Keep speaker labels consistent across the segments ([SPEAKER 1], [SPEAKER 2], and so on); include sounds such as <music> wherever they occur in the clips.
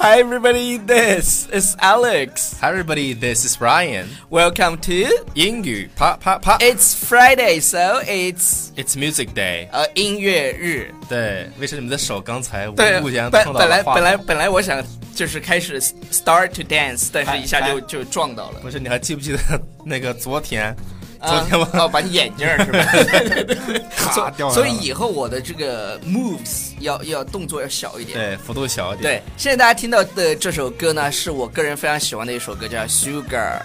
[SPEAKER 1] Hi everybody, this is Alex.
[SPEAKER 2] Hi everybody, this is Ryan.
[SPEAKER 1] Welcome to
[SPEAKER 2] 英语啪啪啪
[SPEAKER 1] It's Friday, so it's
[SPEAKER 2] ，It's Music Day。
[SPEAKER 1] 呃音乐日。
[SPEAKER 2] 对，为什么你的手刚才无
[SPEAKER 1] 对，
[SPEAKER 2] 意间
[SPEAKER 1] 本
[SPEAKER 2] 碰到
[SPEAKER 1] 本来
[SPEAKER 2] 了话筒
[SPEAKER 1] 本来本来我想就是开始 start to dance，但是一下就
[SPEAKER 2] 哎哎
[SPEAKER 1] 就撞到了。
[SPEAKER 2] 不是？你还记不记得那个昨天？昨
[SPEAKER 1] 啊
[SPEAKER 2] 天我、
[SPEAKER 1] 哦，把你眼镜儿是吧？对对对
[SPEAKER 2] 咔掉下来了
[SPEAKER 1] 所所以以后我的这个 moves 要要动作要小一点。
[SPEAKER 2] 对幅度小一点。
[SPEAKER 1] 对，现在大家听到的这首歌呢，是我个人非常喜欢的一首歌，叫《Sugar》。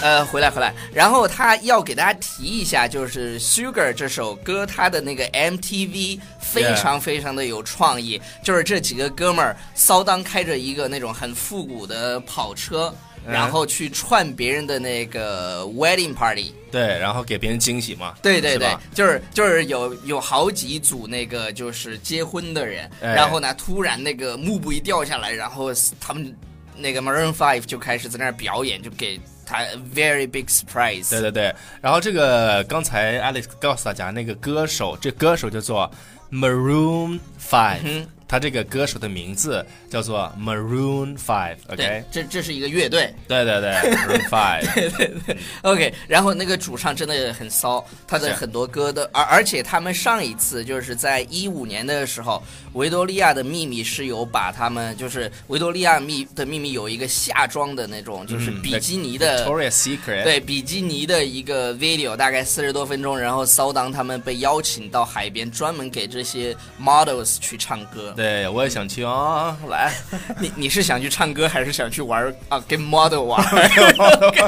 [SPEAKER 1] 呃，回来回来，然后他要给大家提一下，就是《Sugar》这首歌，它的那个 MTV 非
[SPEAKER 2] Yeah
[SPEAKER 1] 常非常的有创意就是这几个哥们儿骚当开着一个那种很复古的跑车，
[SPEAKER 2] 嗯
[SPEAKER 1] 然后去串别人的那个 wedding party。
[SPEAKER 2] 对然后给别人惊喜嘛。
[SPEAKER 1] 对对
[SPEAKER 2] 是
[SPEAKER 1] 对
[SPEAKER 2] 吧，
[SPEAKER 1] 就是就是有有好几组那个就是结婚的人，
[SPEAKER 2] 哎
[SPEAKER 1] 然后呢，突然那个幕布一掉下来，然后他们那个 Maroon Five 就开始在那儿表演，就给他 very big surprise。
[SPEAKER 2] 对对对。然后这个刚才 Alex 告诉大家，那个歌手，这歌手叫做 Maroon Five，、他
[SPEAKER 1] 嗯
[SPEAKER 2] 这个歌手的名字叫做 Maroon Five。OK，
[SPEAKER 1] 这这是一个乐队。
[SPEAKER 2] 对对对，Maroon
[SPEAKER 1] <laughs>
[SPEAKER 2] Five。
[SPEAKER 1] OK，然后那个主唱真的很骚，他的
[SPEAKER 2] 是
[SPEAKER 1] 很多歌的，而而且他们上一次就是在一五年的时候，《维多利亚的秘密》是有把他们就是《维多利亚秘的秘密》有一个夏装的那种，就是
[SPEAKER 2] 嗯
[SPEAKER 1] 比基尼的。
[SPEAKER 2] Victoria's Secret。
[SPEAKER 1] 对比基尼的一个 video，大概四十多分钟，然后骚当他们被邀请到海边，专门给这些 models 去唱歌。
[SPEAKER 2] 对，我也想去
[SPEAKER 1] <laughs>
[SPEAKER 2] 啊、来，
[SPEAKER 1] 你你是想去唱歌，还是想去玩儿啊？跟 model 玩
[SPEAKER 2] <laughs>
[SPEAKER 1] 儿？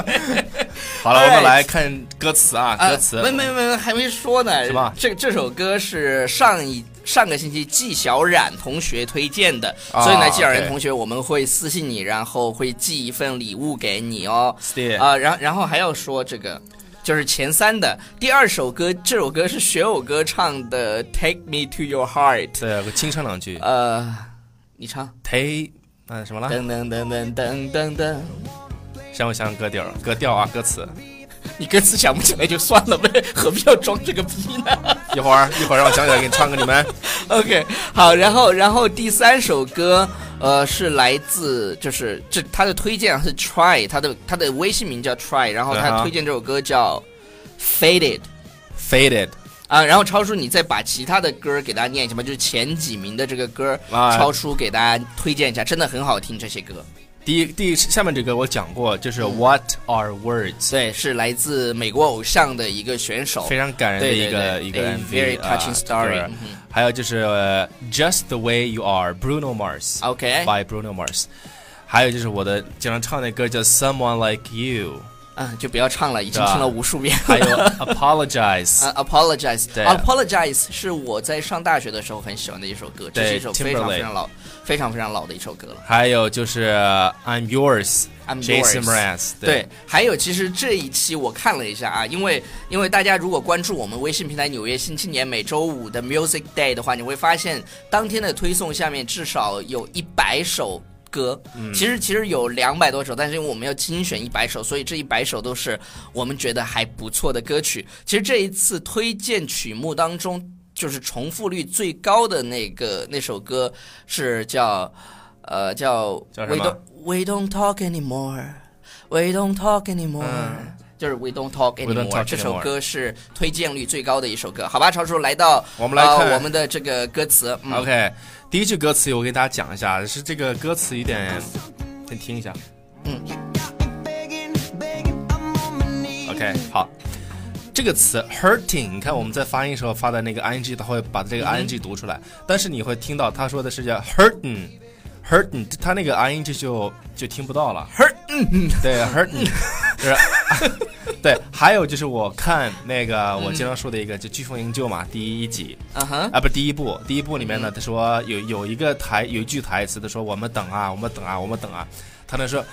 [SPEAKER 2] 好了，我
[SPEAKER 1] Alright
[SPEAKER 2] 们来看歌词啊，歌词。
[SPEAKER 1] 啊、没没没，还没说呢，
[SPEAKER 2] 是吧
[SPEAKER 1] 这这首歌是上一上个星期季小冉同学推荐的，
[SPEAKER 2] 啊
[SPEAKER 1] 所以呢，季小冉
[SPEAKER 2] OK
[SPEAKER 1] 同学，我们会私信你，然后会寄一份礼物给你哦。
[SPEAKER 2] 是
[SPEAKER 1] 啊、然然后还要说这个。就是前三的第二首歌，这首歌是学友哥唱的《Take Me to Your Heart》。
[SPEAKER 2] 对，我清唱两句。
[SPEAKER 1] 呃，你唱。
[SPEAKER 2] 忒，嗯，什么了？
[SPEAKER 1] 噔噔噔噔噔噔噔，
[SPEAKER 2] 让我想想歌调，歌调啊，歌词。
[SPEAKER 1] 你歌词想不起来就算了呗，何必要装这个逼呢？
[SPEAKER 2] 一会儿，一会儿让我想起来给你唱给你们。
[SPEAKER 1] OK，好，然后然后第三首歌，呃，是来自就是这他的推荐是 Try，他的他的微信名叫 Try，然后
[SPEAKER 2] 嗯
[SPEAKER 1] 他
[SPEAKER 2] 哼
[SPEAKER 1] 推荐这首歌叫 Faded
[SPEAKER 2] Faded，
[SPEAKER 1] 啊，然后超叔你再把其他的歌给大家念一下吧，就是前几名的这个歌，
[SPEAKER 2] 啊
[SPEAKER 1] 超叔给大家推荐一下，真的很好听这些歌。
[SPEAKER 2] 第一第一下面这个我讲过，就是
[SPEAKER 1] 嗯
[SPEAKER 2] What are words，
[SPEAKER 1] 对，是来自美国偶像的一个选手
[SPEAKER 2] 非，常感人的
[SPEAKER 1] 对对
[SPEAKER 2] 一个
[SPEAKER 1] 对
[SPEAKER 2] 一
[SPEAKER 1] a
[SPEAKER 2] 个 MV
[SPEAKER 1] very touching
[SPEAKER 2] 啊
[SPEAKER 1] story，
[SPEAKER 2] 对
[SPEAKER 1] 嗯哼
[SPEAKER 2] 还有就是呃 Just the way you are，Bruno Mars。
[SPEAKER 1] OK
[SPEAKER 2] By Bruno Mars。还有就是我的经常唱的歌叫 Someone Like You，
[SPEAKER 1] <laughs> 啊，就不要唱了，已经
[SPEAKER 2] 对啊
[SPEAKER 1] 听了无数遍了。
[SPEAKER 2] 还有 Apologize。
[SPEAKER 1] <laughs> 啊、a p o l o g i z e
[SPEAKER 2] 对
[SPEAKER 1] a p o l o g i z e 是我在上大学的时候很喜欢的一首歌，这是
[SPEAKER 2] 对
[SPEAKER 1] 一首非常
[SPEAKER 2] Timberlake
[SPEAKER 1] 非常老、非常非常老的一首歌了。
[SPEAKER 2] 还有就是呃 I'm Yours，
[SPEAKER 1] I'm
[SPEAKER 2] Jason
[SPEAKER 1] Yours
[SPEAKER 2] Mraz，
[SPEAKER 1] 对，还有其实这一期我看了一下啊，因为因为大家如果关注我们微信平台《纽约新青年》每周五的 Music Day 的话，你会发现当天的推送下面至少有一百首歌，
[SPEAKER 2] 嗯
[SPEAKER 1] 其实其实有两百多首，但是因为我们要精选一百首，所以这一百首都是我们觉得还不错的歌曲。其实这一次推荐曲目当中，就是重复率最高的那个那首歌是叫呃叫
[SPEAKER 2] 叫什
[SPEAKER 1] We
[SPEAKER 2] 么
[SPEAKER 1] don't We don't talk anymore。We don't talk anymore，、
[SPEAKER 2] 嗯
[SPEAKER 1] 就是 We don't talk anymore。
[SPEAKER 2] We don't talk
[SPEAKER 1] 这首
[SPEAKER 2] anymore
[SPEAKER 1] 歌是推荐率最高的一首歌，好吧？超叔来到
[SPEAKER 2] 我们来看
[SPEAKER 1] 呃、我们的这个歌词。嗯、
[SPEAKER 2] OK，第一句歌词我给大家讲一下，是这个歌词有点，先听一下。OK，好，这个词 hurting，你看我们在发音的时候发的那个 ing，它会把这个 ing 读出来，但是你会听到他说的是叫 hurting，hurting，他那个 ing 就就听不到了。
[SPEAKER 1] Hurt，嗯嗯
[SPEAKER 2] 对，hurting，就是 <laughs> 对，还有就是我看那个我经常说的一个，就《飓风营救》嘛，第一集，
[SPEAKER 1] 嗯哼，
[SPEAKER 2] 啊，不是第一部，第一部里面
[SPEAKER 1] 嗯
[SPEAKER 2] 呢，他说有有一个台有一句台词，他说我们等啊，我们等啊，我们等啊，他那说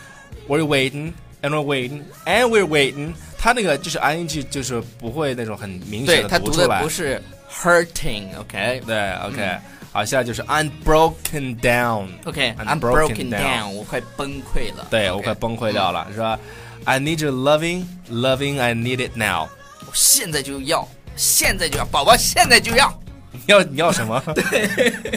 [SPEAKER 2] we're waiting and we're waiting and we're waiting，他那个就是 ing 就是不会那种很明
[SPEAKER 1] 对
[SPEAKER 2] 显
[SPEAKER 1] 他
[SPEAKER 2] 的
[SPEAKER 1] 读
[SPEAKER 2] 出
[SPEAKER 1] 的
[SPEAKER 2] 来哎
[SPEAKER 1] 不，是嗯 hurting，OK，OK，I'm、
[SPEAKER 2] 对，OK，、好，现在就是 unbroken down，I'm broken down
[SPEAKER 1] 我快崩溃了。
[SPEAKER 2] 对
[SPEAKER 1] OK 嗯
[SPEAKER 2] 我快崩溃掉了，说 I need your loving loving I need it now，
[SPEAKER 1] 我现在就要，现在就要，宝宝现在就要。
[SPEAKER 2] 你要你要什
[SPEAKER 1] <laughs>
[SPEAKER 2] 么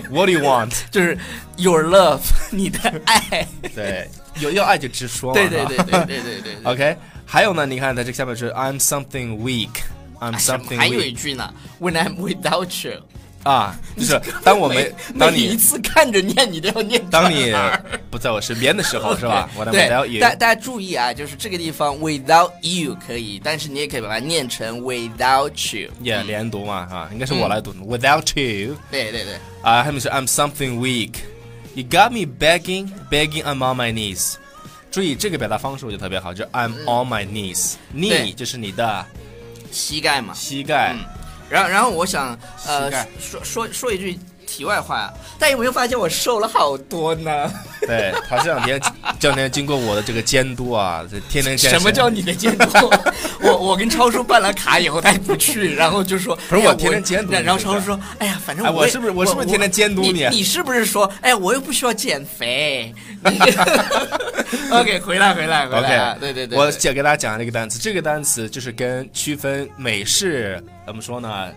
[SPEAKER 2] ？What do you want？
[SPEAKER 1] 就是 your love，你的
[SPEAKER 2] <laughs>
[SPEAKER 1] 爱。
[SPEAKER 2] 对，有要爱就直说嘛。
[SPEAKER 1] 对对
[SPEAKER 2] 哈
[SPEAKER 1] 对对对对对对。
[SPEAKER 2] OK，还有呢？你看在这下面是 I'm something weak，I'm
[SPEAKER 1] 哎
[SPEAKER 2] something
[SPEAKER 1] 还有一
[SPEAKER 2] weak
[SPEAKER 1] 句呢，When I'm without
[SPEAKER 2] <laughs>
[SPEAKER 1] you， <laughs>
[SPEAKER 2] 啊，就是当我们
[SPEAKER 1] 每
[SPEAKER 2] 当
[SPEAKER 1] 每一
[SPEAKER 2] 你
[SPEAKER 1] 次看着念，你都要念
[SPEAKER 2] 当
[SPEAKER 1] <laughs>
[SPEAKER 2] 你
[SPEAKER 1] 出来
[SPEAKER 2] 不在我身边的时
[SPEAKER 1] <laughs>
[SPEAKER 2] 候，是吧？我的
[SPEAKER 1] 对
[SPEAKER 2] without，you
[SPEAKER 1] 大大家注意啊，就是这个地方 without you 可以，但是你也可以把它念成 without you。
[SPEAKER 2] 也连读嘛啊，应该
[SPEAKER 1] 嗯
[SPEAKER 2] 是我来读 without you
[SPEAKER 1] 对对对，
[SPEAKER 2] 啊，后面是 I'm something weak。You got me begging, begging. I'm on my knees. 注意这个表达方式，我觉得特别好，就是 I'm on my knees.
[SPEAKER 1] 对
[SPEAKER 2] knee 就是你的
[SPEAKER 1] 膝盖嘛。
[SPEAKER 2] 膝盖，
[SPEAKER 1] 嗯然后然后我想呃
[SPEAKER 2] 膝盖
[SPEAKER 1] 说说说一句题外话啊，大家有没有发现我瘦了好多呢？
[SPEAKER 2] 对他这两天这两天经过我的这个监督啊，这天天健身。
[SPEAKER 1] 什么叫你的监督？ <laughs> 我我跟超叔办了卡以后，他也不去，然后就说
[SPEAKER 2] <laughs> 不是
[SPEAKER 1] 哎呀
[SPEAKER 2] 我天天监督你
[SPEAKER 1] 然后
[SPEAKER 2] 是
[SPEAKER 1] 超
[SPEAKER 2] 不
[SPEAKER 1] 叔
[SPEAKER 2] 是
[SPEAKER 1] 说：“哎呀，反正
[SPEAKER 2] 哎
[SPEAKER 1] 我
[SPEAKER 2] 我
[SPEAKER 1] 也
[SPEAKER 2] 是不是我是不是天天监督
[SPEAKER 1] 你
[SPEAKER 2] 你
[SPEAKER 1] 你是不是说哎我又不需要减肥 <laughs>
[SPEAKER 2] <laughs>
[SPEAKER 1] ？”OK，回来回来回
[SPEAKER 2] OK，
[SPEAKER 1] 来啊，对对对，
[SPEAKER 2] 我
[SPEAKER 1] 对
[SPEAKER 2] 讲给大家讲这个单词，这个单词就是跟区分美式怎么说呢，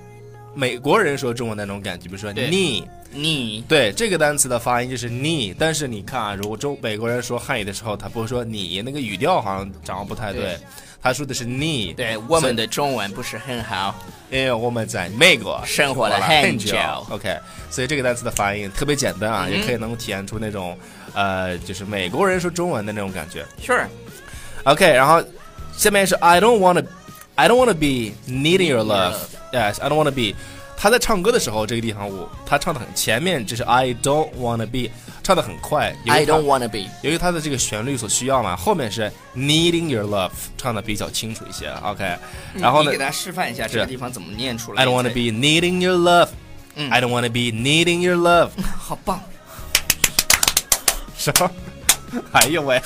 [SPEAKER 2] 美国人说中文那种感觉，比如说
[SPEAKER 1] 对
[SPEAKER 2] knee，
[SPEAKER 1] 你
[SPEAKER 2] 对这个单词的发音就是 knee，但是你看啊，如果中美国人说汉语的时候，他不会说你，那个语调好像掌握不太对，
[SPEAKER 1] 对
[SPEAKER 2] 他说的是 knee，
[SPEAKER 1] 对我们的中文不是很好，
[SPEAKER 2] 因为哎我们在美国
[SPEAKER 1] 生活了
[SPEAKER 2] 了
[SPEAKER 1] 很久
[SPEAKER 2] 久。OK，所以这个单词的发音特别简单
[SPEAKER 1] 嗯
[SPEAKER 2] 啊，也可以能够体现出那种呃，就是美国人说中文的那种感觉。
[SPEAKER 1] Sure，
[SPEAKER 2] OK，然后下面是 I don't wanna, I don't wanna be needing your love. Yes, I don't wanna be. 他在唱歌的时候，这个地方我他唱的很前面，就是 I don't wanna be，唱的很快。由于
[SPEAKER 1] I
[SPEAKER 2] 他
[SPEAKER 1] don't wanna be。
[SPEAKER 2] 由于它的这个旋律所需要嘛，后面是 needing your love 唱的比较清楚一些。OK，然后
[SPEAKER 1] 你
[SPEAKER 2] 呢
[SPEAKER 1] 给大家示范一下这个地方怎么念出来。
[SPEAKER 2] ，I don't wanna be needing your love，
[SPEAKER 1] 嗯
[SPEAKER 2] I don't wanna be needing your love，
[SPEAKER 1] 好棒。
[SPEAKER 2] 什么？哎呦
[SPEAKER 1] <laughs>
[SPEAKER 2] 喂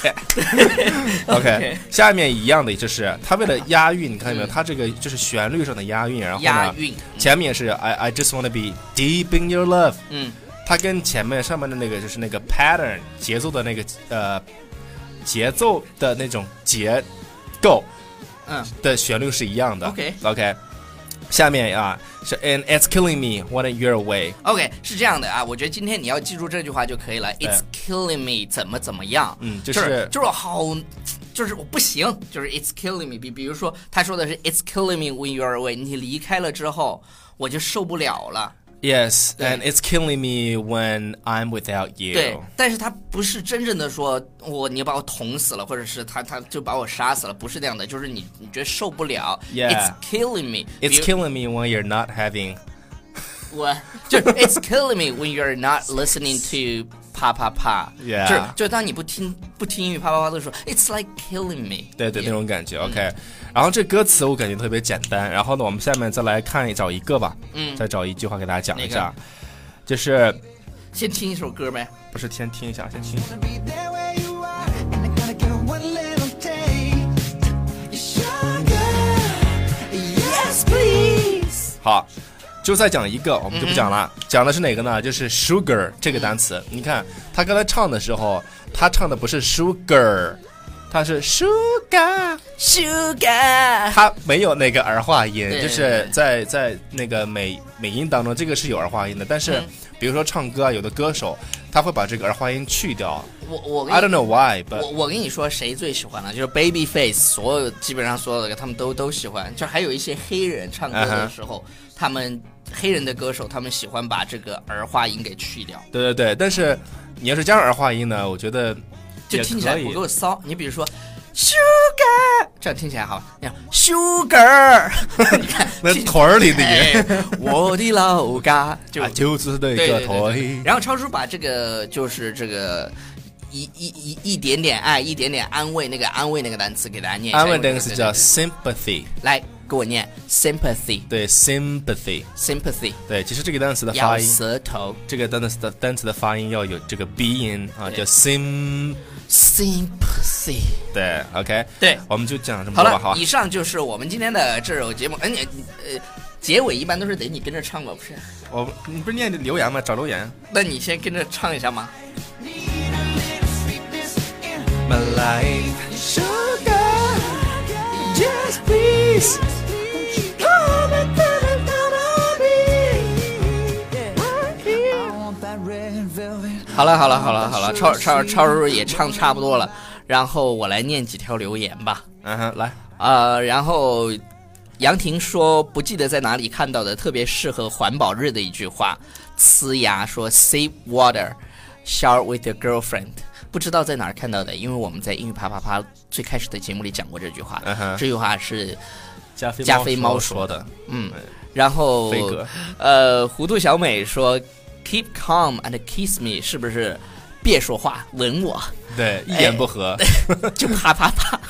[SPEAKER 2] ！OK，下面一样的就是他为了押韵，你看见没有？他这个就是旋律上的押韵，然后
[SPEAKER 1] 押
[SPEAKER 2] 呢，
[SPEAKER 1] 韵，
[SPEAKER 2] 前面也是 I I just wanna be deep in your love，
[SPEAKER 1] 嗯，
[SPEAKER 2] 它跟前面上面的那个就是那个 pattern 节奏的那个呃节奏的那种结构
[SPEAKER 1] 嗯
[SPEAKER 2] 的旋律是一样的。
[SPEAKER 1] OK
[SPEAKER 2] OK，下面啊是 And it's killing me when you're away。
[SPEAKER 1] OK，是这样的啊，我觉得今天你要记住这句话就可以了。It's killing me，怎么怎么样？
[SPEAKER 2] 嗯
[SPEAKER 1] 就
[SPEAKER 2] 就是
[SPEAKER 1] 是就是好，就是我不行，就是 It's killing me。比比如说，他说的是 It's killing me when you're away，你离开了之后，我就受不了了。
[SPEAKER 2] Yes,
[SPEAKER 1] 对
[SPEAKER 2] and it's killing me when I'm without you。
[SPEAKER 1] 对，但是他不是真正的说我你把我捅死了，或者是他他就把我杀死了，不是这样的，就是你你觉得受不了
[SPEAKER 2] Yeah
[SPEAKER 1] It's killing me，比
[SPEAKER 2] It's
[SPEAKER 1] 如
[SPEAKER 2] killing me when you're not having。
[SPEAKER 1] 我就是 It's killing me when you're not listening to 啪啪啪
[SPEAKER 2] Yeah
[SPEAKER 1] 就是就是当你不听不听英语啪啪啪的时候，It's like killing me。
[SPEAKER 2] 对对，那种感
[SPEAKER 1] 嗯
[SPEAKER 2] 觉。OK，然后这歌词我感觉特别简单。然后呢，我们下面再来看一找一个吧，
[SPEAKER 1] 嗯
[SPEAKER 2] 再找一句话给大家讲一
[SPEAKER 1] 哪
[SPEAKER 2] 下，就是
[SPEAKER 1] 先听一首歌呗。
[SPEAKER 2] 不是先听一下，先听。
[SPEAKER 3] wanna be there where you are, and I gotta get one little taste. Sugar, yes please.
[SPEAKER 2] 好，
[SPEAKER 1] 嗯
[SPEAKER 2] 就再讲一个，我们就不讲了。讲的是哪个呢？就是 sugar 这个单词。
[SPEAKER 1] 嗯
[SPEAKER 2] 你看他刚才唱的时候，他唱的不是 sugar，他是 sugar。
[SPEAKER 1] Sugar，
[SPEAKER 2] 它没有那个儿化音，
[SPEAKER 1] 对
[SPEAKER 2] 就是在在那个美美音当中，这个是有儿化音的。但是
[SPEAKER 1] 嗯，
[SPEAKER 2] 比如说唱歌啊，有的歌手他会把这个儿化音去掉。
[SPEAKER 1] 我我跟
[SPEAKER 2] I
[SPEAKER 1] 你
[SPEAKER 2] don't know why, but
[SPEAKER 1] 我我跟你说，谁最喜欢呢？就是 Babyface，所有基本上所有的歌他们都都喜欢。就还有一些黑人唱歌
[SPEAKER 2] 嗯
[SPEAKER 1] 的
[SPEAKER 2] 哼
[SPEAKER 1] 时候他们黑人的歌手他们喜欢把这个儿化音给去掉，
[SPEAKER 2] 对对对。但是你要是加上儿化音呢，我觉得
[SPEAKER 1] 就
[SPEAKER 2] 也
[SPEAKER 1] 听起来
[SPEAKER 2] 可
[SPEAKER 1] 不
[SPEAKER 2] 以。
[SPEAKER 1] 够骚。你比如说 Sugar，这样听起来好吧？你看 Sugar，你看
[SPEAKER 2] <laughs> 那
[SPEAKER 1] 听
[SPEAKER 2] 腿儿里的音
[SPEAKER 1] 哎我的老嘎，
[SPEAKER 2] <laughs>
[SPEAKER 1] 就
[SPEAKER 2] 啊，就是那
[SPEAKER 1] 对
[SPEAKER 2] 个
[SPEAKER 1] 对
[SPEAKER 2] 头
[SPEAKER 1] 对对。然后超叔把这个就是这个一一一一点点爱，一点点安慰，那个安慰那个单词给大家念一下。
[SPEAKER 2] 安慰
[SPEAKER 1] 因为
[SPEAKER 2] 这个词
[SPEAKER 1] 对
[SPEAKER 2] 叫
[SPEAKER 1] 对对
[SPEAKER 2] sympathy，
[SPEAKER 1] 来给我念 sympathy
[SPEAKER 2] 对 sympathy，
[SPEAKER 1] sympathy，
[SPEAKER 2] 对，其实这个单词的
[SPEAKER 1] 咬
[SPEAKER 2] 发音，
[SPEAKER 1] 舌头
[SPEAKER 2] 这个单词的单词的发音要有这个鼻音啊，
[SPEAKER 1] 对
[SPEAKER 2] 叫 sym，
[SPEAKER 1] sympathy。
[SPEAKER 2] 对，OK，
[SPEAKER 1] 对
[SPEAKER 2] 我们就讲这么
[SPEAKER 1] 好
[SPEAKER 2] 多吧，
[SPEAKER 1] 了
[SPEAKER 2] 好，吧
[SPEAKER 1] 以上就是我们今天的这首节目。哎，你呃，结尾一般都是得你跟着唱吧，不是？
[SPEAKER 2] 我们你不是念留言吗？找留言。
[SPEAKER 1] 那你先跟着唱一下吗？
[SPEAKER 3] Need a little sweetness in
[SPEAKER 2] My life，
[SPEAKER 3] sugar, yes please. Come and tell me that I'll be.
[SPEAKER 1] 好了好了好了好了，超超超叔叔也唱差不多了，然后我来念几条留言吧。
[SPEAKER 2] 嗯哼，来，
[SPEAKER 1] 呃，然后杨婷说不记得在哪里看到的特别适合环保日的一句话，呲牙说 “save water, shower with your girlfriend”。不知道在哪儿看到的，因为我们在英语啪啪啪最开始的节目里讲过这句话。
[SPEAKER 2] 嗯哼
[SPEAKER 1] 这句话是，
[SPEAKER 2] 加菲
[SPEAKER 1] 加菲猫
[SPEAKER 2] 说的，哦
[SPEAKER 1] 嗯，然后
[SPEAKER 2] 飞哥，
[SPEAKER 1] 呃，糊涂小美说 “keep calm and kiss me”，是不是？别说话，吻
[SPEAKER 2] <laughs>
[SPEAKER 1] 我。
[SPEAKER 2] 对，一言不 <laughs> 合，
[SPEAKER 1] 就啪啪啪。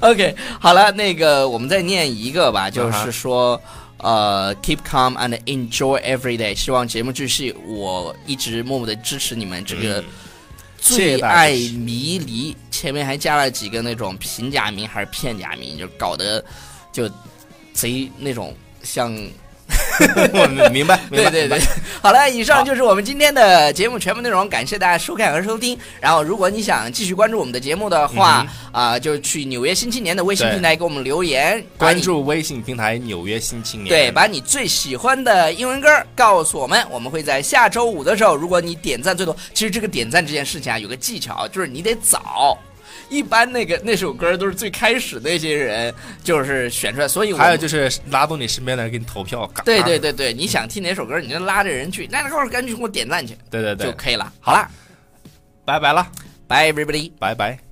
[SPEAKER 1] OK，好了，那个我们再念一个
[SPEAKER 2] 啊
[SPEAKER 1] 吧，就是说。呃、k e e p calm and enjoy every day。希望节目继续，我一直默默的支持你们这个
[SPEAKER 2] 嗯谢
[SPEAKER 1] 最
[SPEAKER 2] 谢大
[SPEAKER 1] 爱
[SPEAKER 2] 家支持
[SPEAKER 1] 迷离。前面还加了几个那种平假名还是片假名，就搞得就贼那种像。
[SPEAKER 2] <laughs> 我明白，明
[SPEAKER 1] 对
[SPEAKER 2] 白，
[SPEAKER 1] 对
[SPEAKER 2] 明白
[SPEAKER 1] 对，， <laughs> 好了，以上
[SPEAKER 2] 好
[SPEAKER 1] 就是我们今天的节目全部内容，感谢大家收看和收听。然后，如果你想继续关注我们的节目的话，啊、就去纽约新青年的微信
[SPEAKER 2] 嗯对
[SPEAKER 1] 平台给我们留言，把
[SPEAKER 2] 关
[SPEAKER 1] 你
[SPEAKER 2] 注微信平台《纽约新青年》，
[SPEAKER 1] 对，把你最喜欢的英文歌告诉我们，我们会在下周五的时候，如果你点赞最多，其实这个点赞这件事情啊，有个技巧，就是你得早。一般那个那首歌都是最开始那些人就是选出来，所以我们
[SPEAKER 2] 还有就是拉动你身边的人给你投票，嘎
[SPEAKER 1] 对对对对，你想听哪首歌，你就拉着人去，那那赶紧给我点赞去
[SPEAKER 2] 对对
[SPEAKER 1] 就
[SPEAKER 2] 对，
[SPEAKER 1] 可以了。好啦。
[SPEAKER 2] 拜拜了，
[SPEAKER 1] Bye, everybody.
[SPEAKER 2] 拜拜。